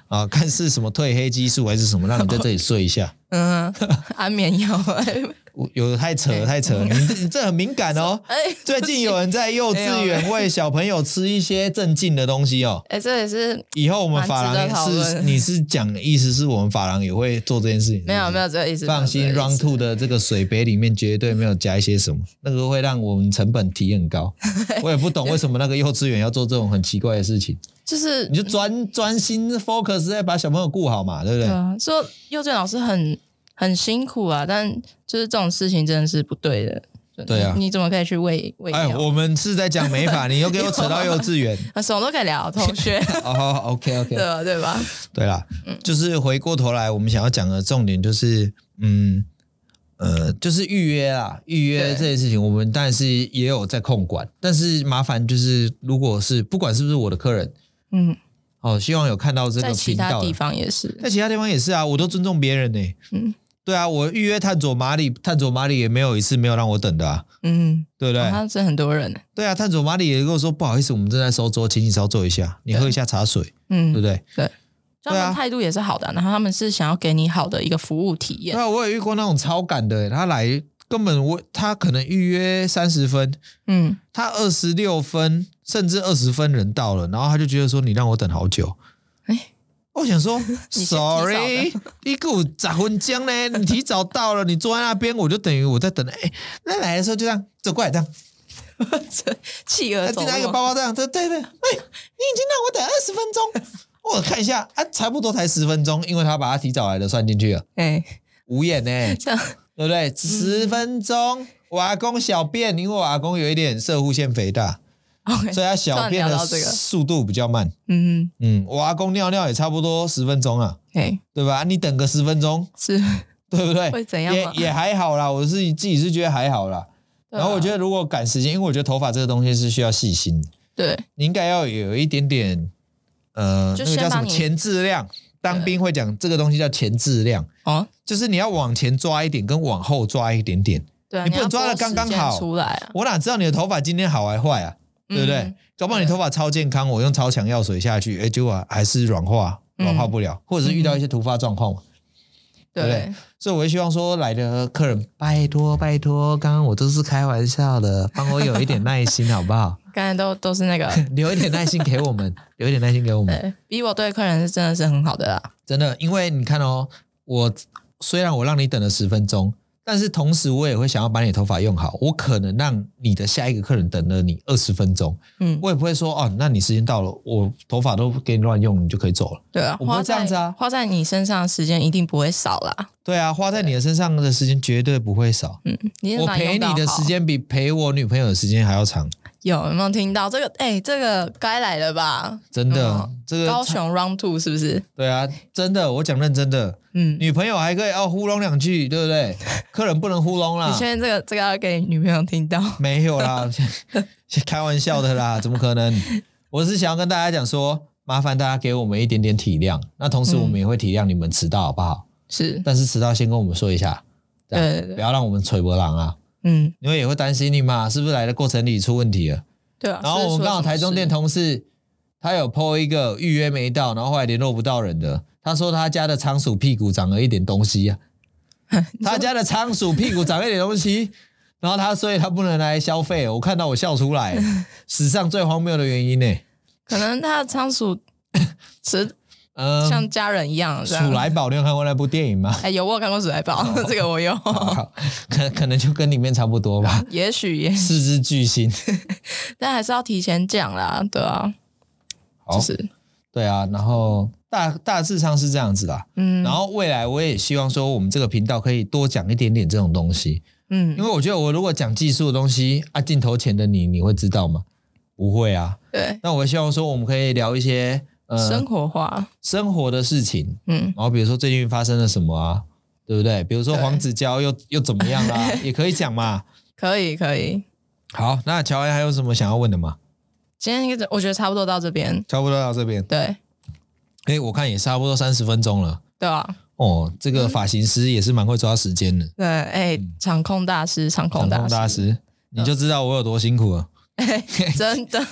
Speaker 2: 啊？看是什么褪黑激素还是什么，让你在这里睡一 下。
Speaker 1: 嗯哼 安眠药，啊
Speaker 2: 我有太扯了，
Speaker 1: 哎。
Speaker 2: 太扯了，你这你这很敏感哦
Speaker 1: 哎，
Speaker 2: 最近有人在幼稚
Speaker 1: 哎
Speaker 2: 园喂小朋友吃一些镇静的东西哦。
Speaker 1: 哎，这也是
Speaker 2: 以后我们法
Speaker 1: 蛮值得讨
Speaker 2: 郎也是
Speaker 1: 论
Speaker 2: 你是讲的意思是我们法郎也会做这件事情？
Speaker 1: 没有没
Speaker 2: 有，
Speaker 1: 有这个意思，
Speaker 2: 放
Speaker 1: 没
Speaker 2: 心
Speaker 1: 有这个意
Speaker 2: ，Round
Speaker 1: 思
Speaker 2: Two 的这个水杯里面绝对没有加一些什 么，那个会让我们成本提很高。我也不懂为什么那个幼稚园要做这种很奇怪的事情。
Speaker 1: 就是
Speaker 2: 你就 专专心 focus 在把小朋友顾好嘛，对不对？
Speaker 1: 对啊，说幼稚园老师很很辛苦啊，但就是这种事情真的是不对的。就
Speaker 2: 对啊
Speaker 1: 你你怎么可以去喂喂
Speaker 2: 哎，
Speaker 1: 药？
Speaker 2: 我们是在讲 美法，你又给我扯到幼稚园。
Speaker 1: 啊，什么都可以聊，同 学，
Speaker 2: 哦、o k
Speaker 1: 啊对嗯吧？
Speaker 2: OK，
Speaker 1: 对吧？
Speaker 2: 对啦，就是回过头来，我们想要讲的重点就是，嗯呃，就是预约啊，预
Speaker 1: 对
Speaker 2: 约这件事情，我们当然是也有在控管，但是麻烦就是，如果是不管是不是我的客人，
Speaker 1: 嗯，
Speaker 2: 哦，希望有看 到这
Speaker 1: 在
Speaker 2: 个
Speaker 1: 其
Speaker 2: 频
Speaker 1: 他
Speaker 2: 道
Speaker 1: 地
Speaker 2: 的，
Speaker 1: 方也是，
Speaker 2: 在其他地方也是啊，我都尊重别人呢、
Speaker 1: 嗯
Speaker 2: 对啊，我预约探索马里，探索马里也没有一次没有让我等的啊，
Speaker 1: 嗯，
Speaker 2: 对不对？
Speaker 1: 哦他是很多人，
Speaker 2: 对啊，探索马里也跟我说，不好意思，我们正在收桌，请你稍坐一下，你
Speaker 1: 对
Speaker 2: 喝一下茶水，对不
Speaker 1: 嗯，
Speaker 2: 对？
Speaker 1: 就他
Speaker 2: 对啊
Speaker 1: 们态度也是好的啊，然后他们是想要给你好的一个服务体
Speaker 2: 对
Speaker 1: 验，
Speaker 2: 啊，我也遇过那种超赶的，他来根本我他可能预约三十分，
Speaker 1: 嗯，
Speaker 2: 他二十六分甚至二十分人到了，然后他就觉得说你让我等好久，
Speaker 1: 哎，
Speaker 2: 我想说
Speaker 1: 你先提早的
Speaker 2: ，sorry，你给我砸昏浆呢？你提早到了，你坐在那边，我就等于我在等。哎，那来的时候就这样走过来这样，
Speaker 1: 企鹅
Speaker 2: 他
Speaker 1: 呃走
Speaker 2: 就拿一个
Speaker 1: 路，啊
Speaker 2: 包包哎这样，对对对，哎，你已经让我等二十分钟，我看一下啊，差不多才十分钟，因为他把他提早来的算进去了，
Speaker 1: 哎，
Speaker 2: 无眼呢、
Speaker 1: 这 样
Speaker 2: 对不对？十分钟，
Speaker 1: 嗯
Speaker 2: 我阿公小便，因为我阿公有一点射护腺肥大，
Speaker 1: ，OK，
Speaker 2: 所以他小便的
Speaker 1: 突然聊到这个
Speaker 2: 速度比较慢。
Speaker 1: 嗯，
Speaker 2: 嗯，我阿公尿尿也差不多十分钟啊，
Speaker 1: 哎，
Speaker 2: 对吧？你等个十分钟，
Speaker 1: 是，啊
Speaker 2: 对不对？
Speaker 1: 会怎样啊吗
Speaker 2: 也也还好啦，我自己自己是觉得还好啦。然后我觉
Speaker 1: 得
Speaker 2: 得如果赶时间，因为我觉得头发这个东西是需要细心的。
Speaker 1: 对，
Speaker 2: 你应该要有一点点，呃，
Speaker 1: 就
Speaker 2: 那个叫
Speaker 1: 先
Speaker 2: 什
Speaker 1: 把
Speaker 2: 么
Speaker 1: 你
Speaker 2: 前质量。当
Speaker 1: 对
Speaker 2: 兵会讲这个东西叫前质量，
Speaker 1: 哦，
Speaker 2: 就是你要往前抓一点，跟往后抓一点点。
Speaker 1: 对啊，
Speaker 2: 你不能
Speaker 1: 要
Speaker 2: 抓得
Speaker 1: 拨时
Speaker 2: 刚刚
Speaker 1: 间
Speaker 2: 好
Speaker 1: 出来啊，
Speaker 2: 我哪知道你的头发今天好还坏啊？对不对？
Speaker 1: 嗯
Speaker 2: 搞不好你头发超健康，我用超强药水下去，哎，结果还是软化，
Speaker 1: 嗯
Speaker 2: 软化不了，或者是遇到一些突发状况嘛。对不
Speaker 1: 对
Speaker 2: 对，所以我会希望说，来的客人，拜托拜托，刚刚我都是开玩笑的，帮我有一点耐心好 不好？
Speaker 1: 刚才都都是那 个。
Speaker 2: 留一点耐心给 我们，留一点耐心给我们。
Speaker 1: 对比我对客人是真的是很好的啦。
Speaker 2: 真的，因为你看哦，我虽然我让你等了十分钟，但是同时我也会想要把你的头发用好，我可能让你的下一个客人等了你二十分钟，
Speaker 1: 嗯，
Speaker 2: 我也不会说哦，那你时间到了，我头发都给你乱用，你就可以走了。
Speaker 1: 对啊，
Speaker 2: 我不会
Speaker 1: 花
Speaker 2: 这样
Speaker 1: 在
Speaker 2: 子啊
Speaker 1: 花在你身上的时间一定不会少啦。
Speaker 2: 对啊，花在你的身上的时间绝对不会少。
Speaker 1: 嗯，你是
Speaker 2: 我
Speaker 1: 哪用
Speaker 2: 陪你
Speaker 1: 到
Speaker 2: 的
Speaker 1: 好
Speaker 2: 时间比陪我女朋友的时间还要长，
Speaker 1: 有有没有听到这个？哎、这个该来了吧？
Speaker 2: 真的。
Speaker 1: 嗯
Speaker 2: 这个
Speaker 1: 高雄 Round Two 是不是？
Speaker 2: 对啊，真的，我讲认真的，
Speaker 1: 嗯，
Speaker 2: 女朋友还可以哦糊弄两句，对 不对？客人不能糊弄啦。
Speaker 1: 你确定这个这个要给女朋友听到？
Speaker 2: 没 有啦，开玩笑的啦，怎么可能？我是想要跟大家讲说，麻烦大家给我们一点点体谅，那同时我们也会体谅你们迟到，好不好？
Speaker 1: 是，
Speaker 2: 但是迟到先跟我们说一下，这
Speaker 1: 嗯
Speaker 2: 样
Speaker 1: 对对
Speaker 2: 不
Speaker 1: 对，
Speaker 2: 要让我们吹波浪啊，
Speaker 1: 嗯，
Speaker 2: 因为也会担心你嘛，是不是来的过程里出问题了？
Speaker 1: 对啊。
Speaker 2: 然后
Speaker 1: 是
Speaker 2: 我们
Speaker 1: 说
Speaker 2: 刚好
Speaker 1: 什么
Speaker 2: 台中
Speaker 1: 事
Speaker 2: 店同事，他有 PO 一个预约没到，然后后来联络不到人的，他他说他家的仓鼠屁股长了一点东 西呀、他家的仓鼠屁股长了一点东西，然后他所以他不能拿来消费，我看到我笑 出来，史上最荒谬的原因呢、
Speaker 1: 可能他的仓 鼠吃
Speaker 2: 嗯，
Speaker 1: 像家人一样这样
Speaker 2: 鼠。来宝，你有看过那部电影吗？
Speaker 1: 哎，有我有看过鼠来宝， 这个我有。
Speaker 2: 好可可能就跟里面差不 多吧，
Speaker 1: 也许也，
Speaker 2: 四只巨星。
Speaker 1: 但还是要提前讲啦，对啊，
Speaker 2: 好
Speaker 1: 就是
Speaker 2: 对啊，然后大大致上是这样子啦。
Speaker 1: 嗯
Speaker 2: 然后未来我也希望说，我们这个频道可以多讲一点点这种东西，因
Speaker 1: 嗯，
Speaker 2: 为我觉得我如果讲技术的东西啊，镜头前的你你会知道吗？不会啊。
Speaker 1: 对，
Speaker 2: 那我希望说，我们可以聊一些呃
Speaker 1: 生活化，
Speaker 2: 生活的事情，
Speaker 1: 嗯，
Speaker 2: 然后比如说最近发生了什么啊，对不对？比如说
Speaker 1: 对
Speaker 2: 黄子佼又又怎么样啦、 也可以讲嘛。
Speaker 1: 可以可以。
Speaker 2: 好，那乔安还有什么想要问的吗？
Speaker 1: 今天应该我觉得差不多到这边，
Speaker 2: 差不多到这边，
Speaker 1: 对
Speaker 2: 哎，我看也差不多三十分钟了。
Speaker 1: 对啊，
Speaker 2: 哦，这个发型师也是蛮会抓时间的，
Speaker 1: 对，哎，场控大师，场控
Speaker 2: 掌嗯控
Speaker 1: 大
Speaker 2: 大
Speaker 1: 师，
Speaker 2: 师，你就知道我有多辛苦了。
Speaker 1: 真的。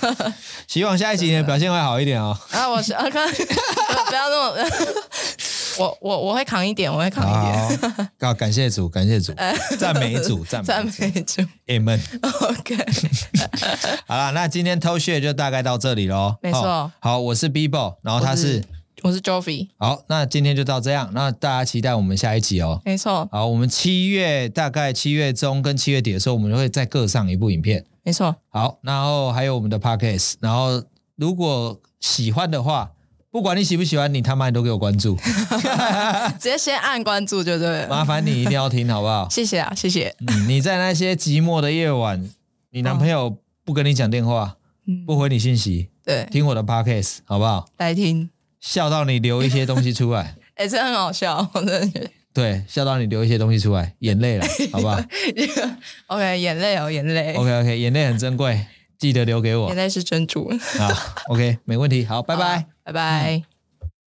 Speaker 2: 希望下一集你的表现会好一 点哦。
Speaker 1: 啊，我是啊，看不要那么， 我我我会扛一点，我会扛
Speaker 2: 好
Speaker 1: 一点。
Speaker 2: 好，好感谢主，感谢主，赞美主，赞
Speaker 1: 赞
Speaker 2: 美主
Speaker 1: 美主
Speaker 2: ，amen。
Speaker 1: ，OK，
Speaker 2: 好啦，那今天偷屑就大概到这里喽。
Speaker 1: 没错
Speaker 2: 哦好，我是 Bibo，然后他
Speaker 1: 我
Speaker 2: 是
Speaker 1: 是我是 Jovi，
Speaker 2: 好，那今天就到这样，那大家期待我们下一集哦。
Speaker 1: 没错，
Speaker 2: 好，我们七月大概七月中跟七月底的时候，我们会再各上一部影片。
Speaker 1: 没错，
Speaker 2: 好，然后还有我们的 podcast，然后如果喜欢的话，不管你喜不喜欢，你他妈都给我关注，
Speaker 1: 啊直接先按关注就对了。
Speaker 2: 麻烦你一定要听好不好？
Speaker 1: 谢谢啊，谢谢。
Speaker 2: 嗯，你在那些寂寞的夜晚，你男朋友不跟你讲电话，
Speaker 1: 嗯，哎
Speaker 2: 不回你信息，
Speaker 1: 对，
Speaker 2: 听我的 podcast 好不好？
Speaker 1: 来听，
Speaker 2: 笑到你流一些东西出来，
Speaker 1: 哎、真的很好笑， 我真的觉
Speaker 2: 对，笑到你流一些东西出来，眼泪了，好不好
Speaker 1: 得。OK，眼泪哦，眼泪
Speaker 2: ？OK OK，眼泪很珍贵，记得留给我
Speaker 1: 眼泪是珍珠。
Speaker 2: 啊。OK，没问题，好，拜拜。
Speaker 1: 好，拜拜。